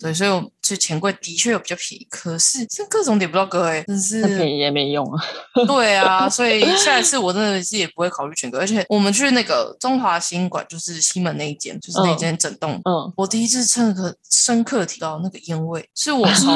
[SPEAKER 1] 对，所以我就钱柜的确有比较便宜，可是这各种点不到歌哎、真
[SPEAKER 2] 那便
[SPEAKER 1] 是
[SPEAKER 2] 宜也没用啊。
[SPEAKER 1] 对啊，所以下一次我真的是也不会考虑全歌，而且我们去那个中华新馆，就是西门那一间，就是那
[SPEAKER 2] 嗯
[SPEAKER 1] 间整栋。
[SPEAKER 2] 嗯，
[SPEAKER 1] 我第一次深刻深刻提到那个烟味，是我 从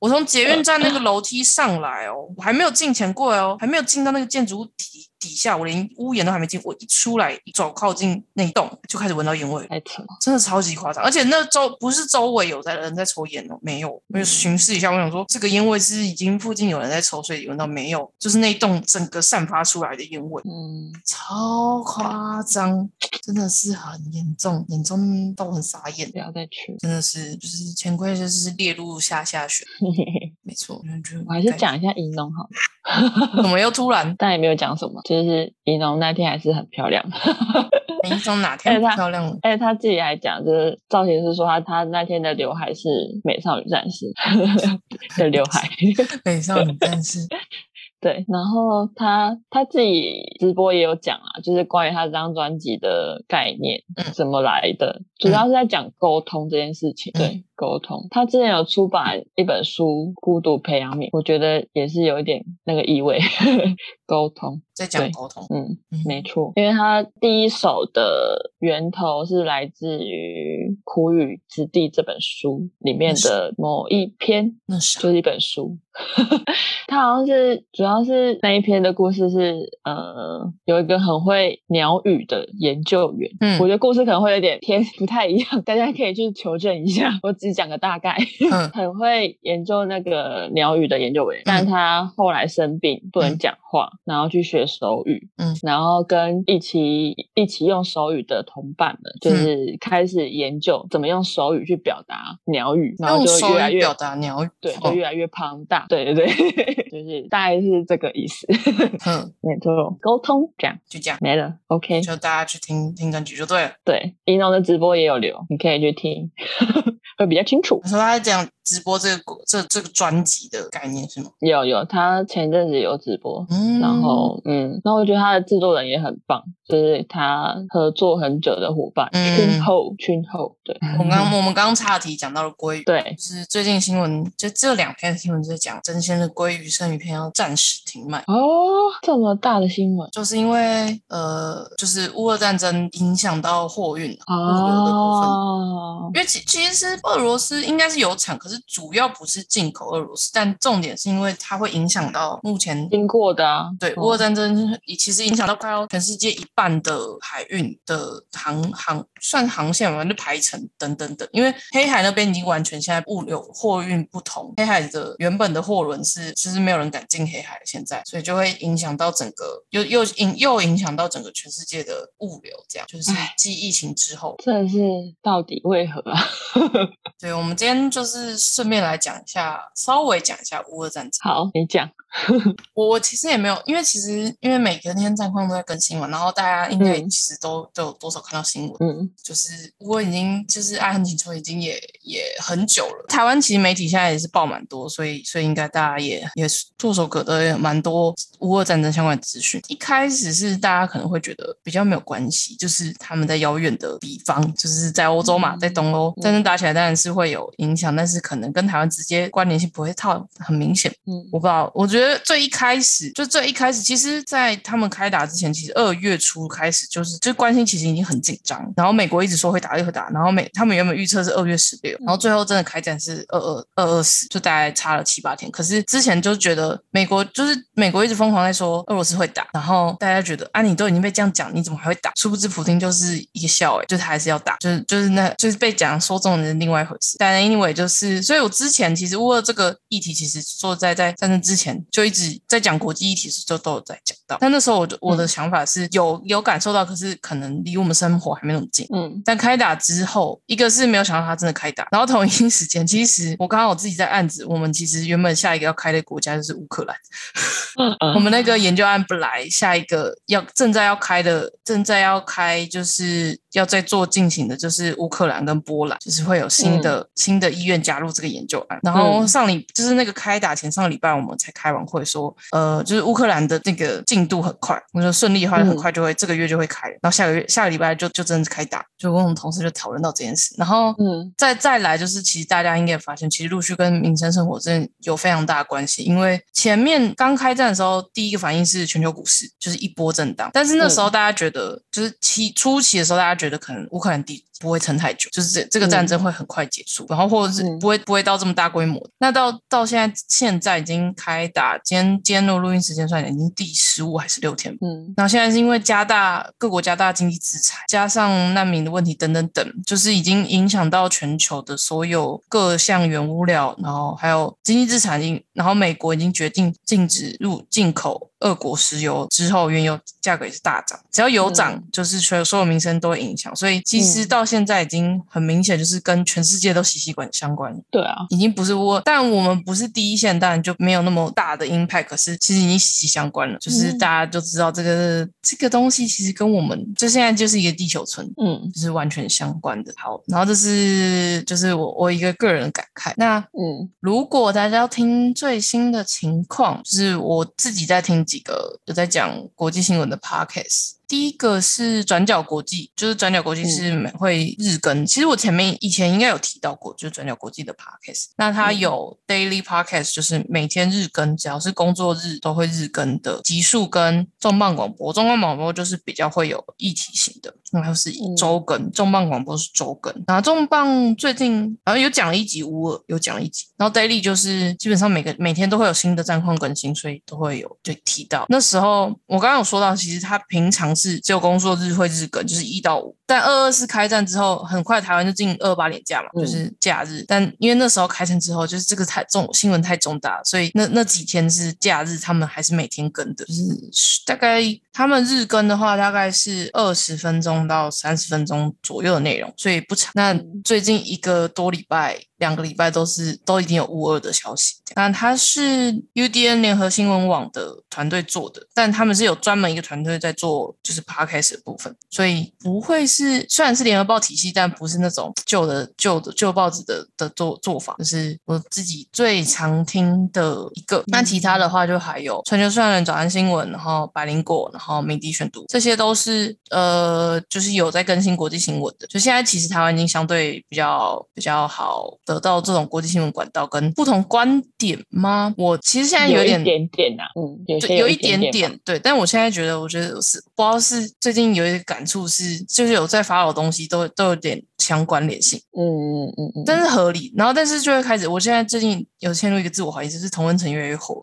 [SPEAKER 1] 我从捷运站那个楼梯上来哦，我还没有进钱柜哦，还没有进到那个建筑物底底下，我连屋檐都还没进，我一出来一走靠近那一栋就开始闻到烟味了，
[SPEAKER 2] 太扯了。
[SPEAKER 1] 真的超级夸张，而且那周不是周围有在人在抽烟哦，没有，
[SPEAKER 2] 嗯
[SPEAKER 1] 我就巡视一下，我想说这个烟味是已经附近有人在抽，所以闻到没有？就是那一栋整个散发出来的烟味，
[SPEAKER 2] 嗯，
[SPEAKER 1] 超夸张，真的是很严重，严重到很傻眼
[SPEAKER 2] 不，要再去了。
[SPEAKER 1] 真的是就是潜规则就是列入下下选，没错，就
[SPEAKER 2] 嗯我还是，讲一下银龙好了，
[SPEAKER 1] 怎么又突然？
[SPEAKER 2] 但也没有讲什么，就是银龙那天还是很漂亮。
[SPEAKER 1] 你从哪天
[SPEAKER 2] 哎他
[SPEAKER 1] 漂亮了？
[SPEAKER 2] 而且他自己还讲，就是造型师说他他那天的刘海是美少女战 士的刘海，
[SPEAKER 1] 北少女战 士，
[SPEAKER 2] 对。然后他他自己直播也有讲啊，就是关于他这张专辑的概念
[SPEAKER 1] 嗯
[SPEAKER 2] 怎么来的，主要是在讲沟通这件事情。
[SPEAKER 1] 嗯
[SPEAKER 2] 对，沟通。他之前有出版一本 书《孤独培养皿》，我觉得也是有一点那个意味，沟通。
[SPEAKER 1] 在讲
[SPEAKER 2] 对
[SPEAKER 1] 沟通，
[SPEAKER 2] 嗯，
[SPEAKER 1] 嗯
[SPEAKER 2] 没错，因为它第一首的源头是来自于《苦雨之地》这本书里面的某一篇，
[SPEAKER 1] 那啥
[SPEAKER 2] 就是一本书。 它好像是主要是那一篇的故事是呃，有一个很会鸟语的研究员。
[SPEAKER 1] 嗯
[SPEAKER 2] 我觉得故事可能会有点偏不太一样，大家可以去求证一下。 我只讲个大概。
[SPEAKER 1] 嗯
[SPEAKER 2] 很会研究那个鸟语的研究员，但他后来生病不能讲话，然后去学手语，
[SPEAKER 1] 嗯，
[SPEAKER 2] 然后跟一起一起用手语的同伴们，
[SPEAKER 1] 嗯
[SPEAKER 2] 就是开始研究怎么用手语去表达鸟语，然后
[SPEAKER 1] 用
[SPEAKER 2] 就
[SPEAKER 1] 手
[SPEAKER 2] 越来
[SPEAKER 1] 语
[SPEAKER 2] 越
[SPEAKER 1] 表达鸟语，
[SPEAKER 2] 对，
[SPEAKER 1] 哦
[SPEAKER 2] 就越来越庞大，对 对对，就是大概是这个意思，
[SPEAKER 1] 嗯，
[SPEAKER 2] 没错，沟通这样
[SPEAKER 1] 就这样，
[SPEAKER 2] 没了，OK，
[SPEAKER 1] 就大家去听听专辑就对了。
[SPEAKER 2] 对，一农的直播也有留，你可以去听， 会比较清楚。
[SPEAKER 1] 你说他在讲直播这个这这个专辑的概念是吗？
[SPEAKER 2] 有有，他前阵子有直播，
[SPEAKER 1] 嗯，
[SPEAKER 2] 然后嗯，那我觉得他的制作人也很棒，就是他合作很久的伙伴
[SPEAKER 1] 嗯
[SPEAKER 2] 群后群后，对，
[SPEAKER 1] 我们刚我们刚岔题讲到了鲑鱼，
[SPEAKER 2] 对
[SPEAKER 1] 就是最近新闻就这两篇新闻就在讲真鲜的鲑鱼生鱼片要暂时停卖。
[SPEAKER 2] 哦，这么大的新闻
[SPEAKER 1] 就是因为呃，就是乌俄战争影响到货运啊物流的部分，
[SPEAKER 2] 哦，
[SPEAKER 1] 因为其其实俄罗斯应该是有产，可是主要不是进口俄罗斯，但重点是因为它会影响到目前
[SPEAKER 2] 经过的啊，
[SPEAKER 1] 对，乌俄
[SPEAKER 2] 我
[SPEAKER 1] 战争也其实影响到快要全世界一半的海运的航航算航线嘛，就排程等等等。因为黑海那边已经完全现在物流货运不同，黑海的原本的货轮是就是没有人敢进黑海，现在所以就会影响到整个又又影又影响到整个全世界的物流，这样就是
[SPEAKER 2] 唉
[SPEAKER 1] 继疫情之后。
[SPEAKER 2] 真的是到底为何啊？
[SPEAKER 1] 对，我们今天就是顺便来讲一下，稍微讲一下乌俄战争。
[SPEAKER 2] 好，你讲，
[SPEAKER 1] 我我其实也没有，因为其实因为每个天战况都在更新嘛，然后大家应该也
[SPEAKER 2] 嗯
[SPEAKER 1] 其实都、都有多少看到新闻，
[SPEAKER 2] 嗯，
[SPEAKER 1] 就是我已经就是爱恨情仇已经也也很久了。台湾其实媒体现在也是报蛮多，所以所以应该大家也也是唾手可得也蛮多乌俄战争相关的资讯。一开始是大家可能会觉得比较没有关系，就是他们在遥远的地方，就是在欧洲嘛，
[SPEAKER 2] 嗯
[SPEAKER 1] 在东欧
[SPEAKER 2] 嗯
[SPEAKER 1] 战争打起来当然是会有影响，但是可能跟台湾直接关联性不会太很明显。
[SPEAKER 2] 嗯
[SPEAKER 1] 我不知道，我觉得最一开始就最一开始，其实，在他们开打之前，其实二月初开始就是，就关心其实已经很紧张。然后美国一直说会打，又会打，然后美他们原本预测是二月十六，然后最后真的开战是二二二二十，就大概差了七八天。可是之前就觉得美国就是美国一直疯狂在说俄罗斯会打，然后大家觉得啊，你都已经被这样讲，你怎么还会打？殊不知普京就是一个笑诶、欸，就他还是要打，就是就是那就是被讲说中的是另外一回事。但 anyway 就是，所以我之前其实乌俄这个议题，其实说实在在战争之前就一直在讲国际议题，时就都有在讲到。但那时候我就我的想法是有有感受到，可是可能离我们生活还没那么近。
[SPEAKER 2] 嗯
[SPEAKER 1] 但开打之后，一个是没有想到他真的开打，然后同一时间，其实我刚好自己在案子，我们其实原本下一个要开的国家就是乌克兰，
[SPEAKER 2] 嗯嗯，
[SPEAKER 1] 我们那个研究案本来下一个要正在要开的，正在要开就是要在做进行的就是乌克兰跟波兰，就是会有新的、新的医院加入这个研究案。然后
[SPEAKER 2] 嗯
[SPEAKER 1] 上礼就是那个开打前上个礼拜我们才开完会说，呃，就是乌克兰的那个进度很快，我说顺利的话
[SPEAKER 2] 嗯
[SPEAKER 1] 很快就会、这个月就会开，然后下个月下个礼拜就就真的开打，就跟我们同事就讨论到这件事，然后
[SPEAKER 2] 嗯
[SPEAKER 1] 再再来就是，其实大家应该也发现，其实陆续跟民生生活真的有非常大的关系。因为前面刚开战的时候，第一个反应是全球股市就是一波震荡，但是那时候大家觉得，就是期初期的时候，大家觉得可能乌克兰地不会撑太久，就是这这个战争会很快结束，然后或者是
[SPEAKER 2] 嗯
[SPEAKER 1] 不会不会到这么大规模。那到到现在现在已经开打，今天今天的录音时间算起来已经第十五还是六天吧
[SPEAKER 2] 嗯
[SPEAKER 1] 然后现在是因为加大各国加大经济制裁，加上难民的问题等等等，就是已经影响到全球的所有各项原物料，然后还有经济制裁已经，然后美国已经决定禁止入进口俄国石油之后，原油价格也是大涨，只要油涨，
[SPEAKER 2] 嗯
[SPEAKER 1] 就是全所有民生都会影响，所以其实
[SPEAKER 2] 嗯
[SPEAKER 1] 到现在已经很明显，就是跟全世界都息息关相关。
[SPEAKER 2] 对啊，
[SPEAKER 1] 已经不是我，但我们不是第一线，当然就没有那么大的 impact。可是其实已经息息相关了，就是
[SPEAKER 2] 嗯
[SPEAKER 1] 大家就知道这个、这个东西其实跟我们就现在就是一个地球村，
[SPEAKER 2] 嗯
[SPEAKER 1] 就是完全相关的。好，然后这是就是我我一个个人的感慨。那
[SPEAKER 2] 嗯
[SPEAKER 1] 如果大家要听最新的情况，就是我自己在听几个有在讲国际新闻的 podcast，第一个是转角国际，就是转角国际是每会日更。其实我前面以前应该有提到过，就是转角国际的 podcast。那它有 daily podcast，就是每天日更，只要是工作日都会日更的集数跟重磅广播。重磅广播就是比较会有议题型的，然后是以周更。重磅广播是周更，然后重磅最近好像有讲了一集乌尔，有讲了一集。然后 daily 就是基本上每个每天都会有新的战况更新，所以都会有就提到。那时候我刚刚有说到，其实他平常是只有工作日会日更，就是一到五。但二二四开战之后，很快台湾就进二八年假嘛，
[SPEAKER 2] 嗯
[SPEAKER 1] 就是假日。但因为那时候开战之后，就是这个太重新闻太重大，所以那那几天是假日，他们还是每天更的，就是大概他们日更的话，大概是二十分钟到三十分钟左右的内容，所以不长。那最近一个多礼拜。两个礼拜都是都已经有乌二的消息，那它是 UDN 联合新闻网的团队做的，但他们是有专门一个团队在做就是 podcast 的部分，所以不会是虽然是联合报体系，但不是那种旧的旧的旧报纸的的做做法，就是我自己最常听的一个。那其他的话就还有全球虽然人早安新闻，然后百灵果，然后鸣笛选读，这些都是呃就是有在更新国际新闻的。就现在其实台湾已经相对比较比较好得到这种国际新闻管道跟不同观点吗？我其实现在
[SPEAKER 2] 有
[SPEAKER 1] 点
[SPEAKER 2] 一点点呐、啊，嗯，有些
[SPEAKER 1] 对，有
[SPEAKER 2] 一
[SPEAKER 1] 一点
[SPEAKER 2] 点吧，
[SPEAKER 1] 点对，但我现在觉得，我觉得是不知道是最近有一个感触是，就是有在发老东西都都有点相关联性，
[SPEAKER 2] 嗯嗯嗯嗯，
[SPEAKER 1] 但是合理。然后但是就会开始，我现在最近有陷入一个自我怀疑，就是同温层越来越火，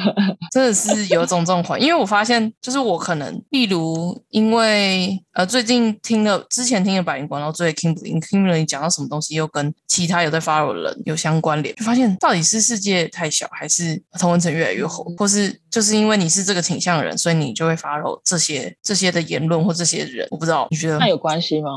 [SPEAKER 1] 真的是有种这种怀疑，因为我发现就是我可能，例如因为呃最近听了之前听了百灵果，然后最近 Kimberly，Kimberly 讲到什么东西又跟其他有在 follow 的人有相关联，就发现到底是世界太小，还是同文层越来越火，或是就是因为你是这个倾向的人，所以你就会 follow 这些这些的言论或这些人，我不知道你觉得
[SPEAKER 2] 那有关系吗？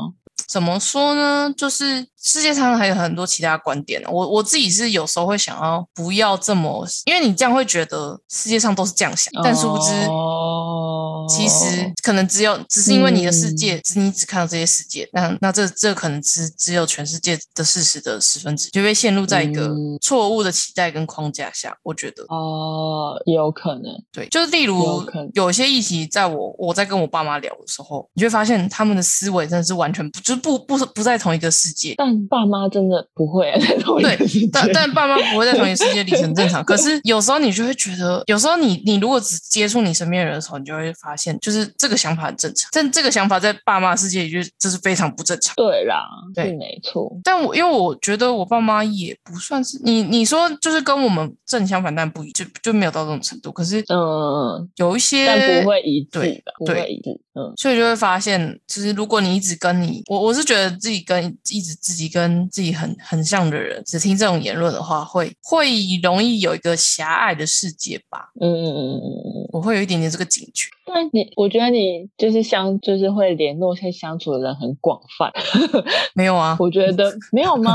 [SPEAKER 1] 怎么说呢？就是世界上还有很多其他观点呢。我我自己是有时候会想要不要这么，因为你这样会觉得世界上都是这样想，但殊不知。
[SPEAKER 2] 哦，嗯
[SPEAKER 1] 其实可能只有，只是因为你的世界，只你只看到这些世界，那那这这可能只只有全世界的事实的十分之一，就被陷入在一个
[SPEAKER 2] 嗯
[SPEAKER 1] 错误的期待跟框架下。我觉得，
[SPEAKER 2] 哦，也有可能，
[SPEAKER 1] 对，就是例
[SPEAKER 2] 有
[SPEAKER 1] 如
[SPEAKER 2] 可能
[SPEAKER 1] 有些议题，在我我在跟我爸妈聊的时候，你就会发现他们的思维真的是完全不，就是不不不在同一个世界。
[SPEAKER 2] 但爸妈真的不会、啊、在同一
[SPEAKER 1] 对
[SPEAKER 2] 个世界
[SPEAKER 1] 但但爸妈不会在同一个世界里很正常。可 是有时候你就会觉得，有时候你你如果只接触你身边的人的时候，你就会发现，就是这个想法很正常，但这个想法在爸妈世界里就是这是非常不正常。
[SPEAKER 2] 对啦，
[SPEAKER 1] 对
[SPEAKER 2] 是没错，
[SPEAKER 1] 但我因为我觉得我爸妈也不算是你你说就是跟我们正相反，但不一就就没有到这种程度。可是
[SPEAKER 2] 嗯，
[SPEAKER 1] 有一些
[SPEAKER 2] 但不会一致
[SPEAKER 1] 对
[SPEAKER 2] 吧，不
[SPEAKER 1] 对
[SPEAKER 2] 会一致，嗯，
[SPEAKER 1] 所以就会发现，其实如果你一直跟你我，我是觉得自己跟一直自己跟自己很很像的人，只听这种言论的话，会会容易有一个狭隘的世界吧。
[SPEAKER 2] 嗯嗯嗯嗯嗯嗯。
[SPEAKER 1] 我会有一点点这个警觉。
[SPEAKER 2] 但你，我觉得你就是相，就是会联络、会相处的人很广泛。
[SPEAKER 1] 没有啊，
[SPEAKER 2] 我觉得没有吗？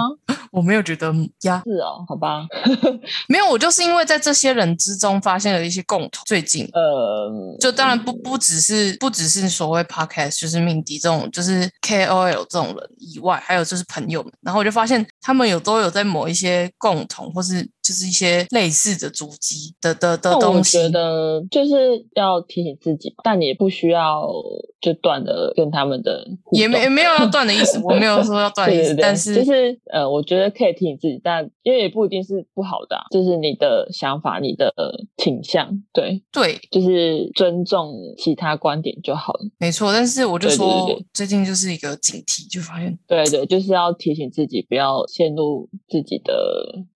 [SPEAKER 1] 我没有觉得呀，
[SPEAKER 2] 是哦，好吧，
[SPEAKER 1] 没有，我就是因为在这些人之中发现了一些共同。最近。
[SPEAKER 2] 呃，
[SPEAKER 1] 就当然不不只是不只是所谓 podcast，就是命迪这种，就是 KOL 这种人以外，还有就是朋友们。然后我就发现他们有都有在某一些共同或是就是一些类似的足迹的的的
[SPEAKER 2] 但哦我
[SPEAKER 1] 东西。
[SPEAKER 2] 觉得就是要提醒自己，但你也不需要就断的跟他们的互
[SPEAKER 1] 也没也
[SPEAKER 2] 动
[SPEAKER 1] 没有要断的意思，我没有说要断的意
[SPEAKER 2] 对对
[SPEAKER 1] 思，
[SPEAKER 2] 对，
[SPEAKER 1] 但是
[SPEAKER 2] 就是呃，我觉得可以提醒自己，但因为也不一定是不好的啊、就是你的想法、你的倾向，对，
[SPEAKER 1] 对，
[SPEAKER 2] 就是尊重其他观点就好了。
[SPEAKER 1] 没错。但是我就说，
[SPEAKER 2] 对对对
[SPEAKER 1] 最近就是一个警惕，就发现
[SPEAKER 2] 对对，就是要提醒自己不要陷入自己的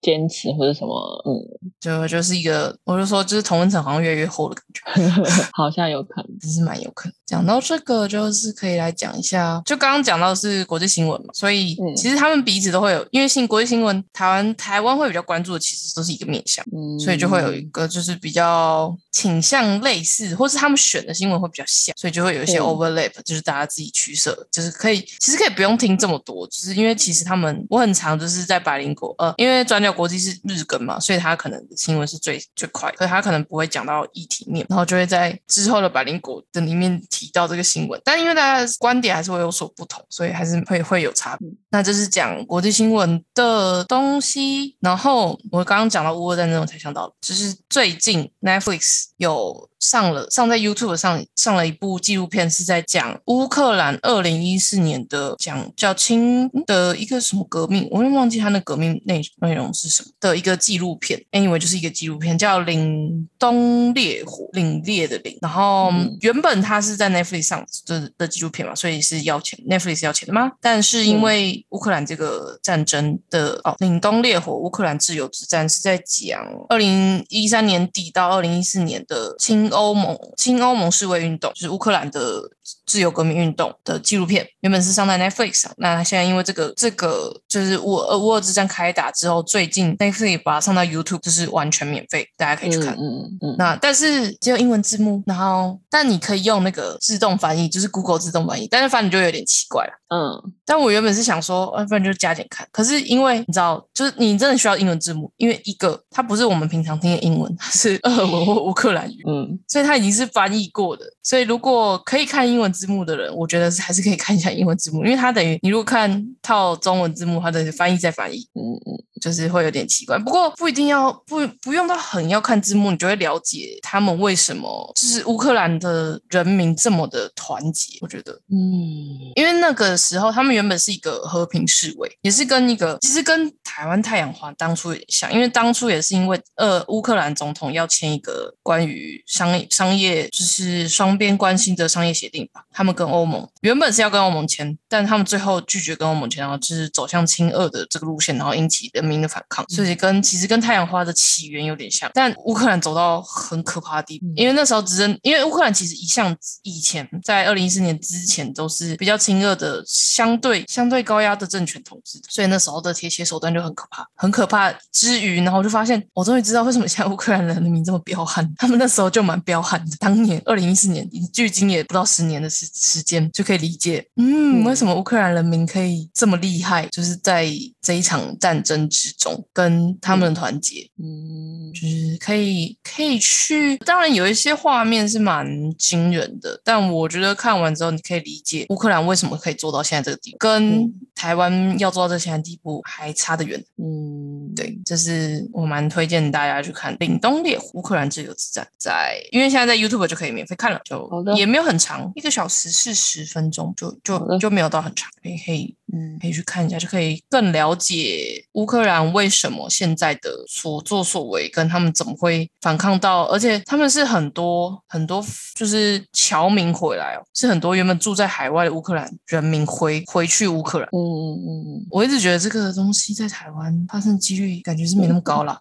[SPEAKER 2] 坚持或者什么，嗯，
[SPEAKER 1] 就就是一个，我就说就是同温层好像越来越厚的感觉，
[SPEAKER 2] 好像有可能。
[SPEAKER 1] 真是蛮有可能。讲到这个，就是可以来讲一下，就刚刚讲到的是国际新闻嘛，所以
[SPEAKER 2] 嗯
[SPEAKER 1] 其实他们彼此都会有，因为新国际新闻，台湾台湾会比较关注的其实都是一个面向。
[SPEAKER 2] 嗯，
[SPEAKER 1] 所以就会有一个就是比较倾向类似，或是他们选的新闻会比较像，所以就会有一些
[SPEAKER 2] 嗯
[SPEAKER 1] overlap，、就是大家自己取舍，就是可以其实可以不用听这么多，就是因为其实他们我很常就是在百灵国，呃，因为转角国际是日更嘛，所以他可能新闻是最最快的，所以他可能不会讲到议题面，然后就会在之后的百灵果的里面提到这个新闻，但因为大家的观点还是会有所不同，所以还是会会有差别。那这是讲国际新闻的东西。然后我刚刚讲到乌俄战争，我才想到，就是最近 Netflix 有上了上在 YouTube 上上了一部纪录片，是在讲乌克兰二零一四年的讲叫清的一个什么革命，我有点忘记它那革命内内容是什么的一个纪录片。Anyway，就是一个纪录片叫《凛冬烈火》，凛冽的凛。然后
[SPEAKER 2] 嗯
[SPEAKER 1] 原本它是在 Netflix 上的的纪录片嘛，所以是要钱，Netflix 要钱的嘛。但是因
[SPEAKER 2] 嗯
[SPEAKER 1] 为乌克兰这个战争的哦，凛冬烈火，乌克兰自由之战是在讲二零一三年底到二零一四年的亲欧盟亲欧盟示威运动，就是乌克兰的自由革命运动的纪录片，原本是上在 Netflix 上，那现在因为这个这个就是乌俄乌俄之战开打之后，最近 Netflix 把它上到 YouTube，就是完全免费，大家可以去
[SPEAKER 2] 嗯
[SPEAKER 1] 看。
[SPEAKER 2] 嗯嗯，
[SPEAKER 1] 那但是只有英文字幕，然后但你可以用那个自动翻译，就是 Google 自动翻译，但是翻译就有点奇怪了。
[SPEAKER 2] 嗯
[SPEAKER 1] 但我原本是想说，要、不然就加点看。可是因为你知道，就是你真的需要英文字幕，因为一个它不是我们平常听的英文，它是俄文或乌克兰语，
[SPEAKER 2] 嗯
[SPEAKER 1] 所以它已经是翻译过的。所以如果可以看英文字幕的人，我觉得是还是可以看一下英文字幕，因为它等于你如果看套中文字幕，它的翻译再翻译，
[SPEAKER 2] 嗯嗯，
[SPEAKER 1] 就是会有点奇怪。不过不一定要不不用到很要看字幕，你就会了解他们为什么就是乌克兰的人民这么的团结。我觉得，
[SPEAKER 2] 嗯，
[SPEAKER 1] 因为那个时候他们原本是一个和平示威，也是跟一个其实跟台湾太阳花当初有点像，因为当初也是因为呃乌克兰总统要签一个关于商业商业就是双边关系的商业协定吧，他们跟欧盟原本是要跟欧盟签，但他们最后拒绝跟欧盟签，然后就是走向亲俄的这个路线，然后引起人民的反抗，所以跟其实跟太阳花的起源有点像，但乌克兰走到很可怕的地步
[SPEAKER 2] 嗯，
[SPEAKER 1] 因为那时候执政，因为乌克兰其实一向以前在二零一四年之前都是比较亲俄的，相对相对高压的政权统治，所以那时候的铁血手段就很可怕，很可怕之余，然后我就发现，我终于知道为什么现在乌克兰人民这么彪悍，他们那时候就蛮彪悍的。当年二零一四年，距今也不到十年的时时间，就可以理解，嗯，
[SPEAKER 2] 嗯
[SPEAKER 1] 为什么乌克兰人民可以这么厉害，就是在这一场战争之中跟他们的团结。
[SPEAKER 2] 嗯
[SPEAKER 1] 就是可以可以去，当然有一些画面是蛮惊人的，但我觉得看完之后，你可以理解乌克兰为什么可以做到现在这个地步，跟
[SPEAKER 2] 嗯
[SPEAKER 1] 台湾要做到这现在地步还差得远。
[SPEAKER 2] 嗯，
[SPEAKER 1] 对，这是我蛮推荐大家去看《凛冬烈火：乌克兰自由之战》在，因为现在在 YouTube 就可以免费看了，就
[SPEAKER 2] 好的
[SPEAKER 1] 也没有很长，一个小时四十分钟，就
[SPEAKER 2] 好
[SPEAKER 1] 就
[SPEAKER 2] 的
[SPEAKER 1] 就没有到很长，可以可以
[SPEAKER 2] 嗯
[SPEAKER 1] 可以去看一下，就可以更了解乌克兰为什么现在的所作所为，跟他们怎么会反抗到，而且他们是很多很多就是侨民回来哦，是很多原本住在海外的乌克兰人民回回去乌克兰。
[SPEAKER 2] 嗯嗯嗯
[SPEAKER 1] 我一直觉得这个东西在台湾发生几率感觉是没那么高啦，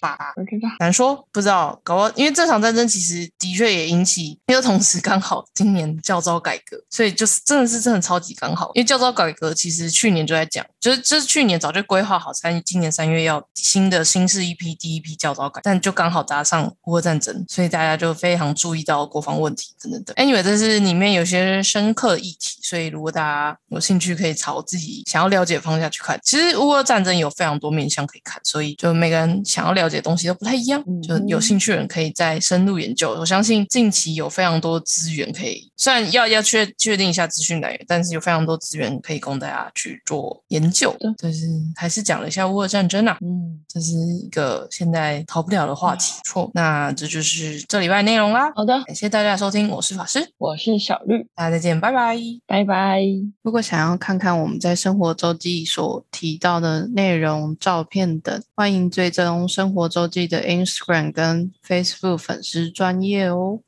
[SPEAKER 1] 吧？
[SPEAKER 2] 我知道，
[SPEAKER 1] 难说，不知道，搞不好因为这场战争其实的确也引起，因为同时刚好今年教招改革，所以就是真的是真的超级刚好。因为教招改革其实去年就在讲，就是就是去年早就规划好三，今年三月要新的新式一批第一批教招改，但就刚好搭上乌俄战争，所以大家就非常注意到国防问题等等等。Anyway，这是里面有些深刻议题，所以如果大家有兴趣，可以朝自己想要了解的方向去看。其实乌俄战争有非常多面向可以看，所以就每个人想要了解的东西都不太一样。
[SPEAKER 2] 嗯
[SPEAKER 1] 就有兴趣的人可以再深入研究。我相信近期有非常多资源可以，虽然要要确确定一下资讯来源，但是有非常多资源可以供大家去做研究
[SPEAKER 2] 对。
[SPEAKER 1] 就是还是讲了一下乌俄战争啊，
[SPEAKER 2] 嗯，
[SPEAKER 1] 这是一个现在逃不了的话
[SPEAKER 3] 嗯
[SPEAKER 1] 题。错，那这就是这礼拜的内容啦。
[SPEAKER 2] 好的，
[SPEAKER 1] 感谢大家的收听，我是法师，
[SPEAKER 2] 我是小绿，
[SPEAKER 1] 大家再见，拜拜。
[SPEAKER 2] 拜拜。
[SPEAKER 3] 如果想要看看我们在生活周记所提到的内容、照片等，欢迎追踪生活周记的 Instagram 跟 Facebook 粉丝专业哦。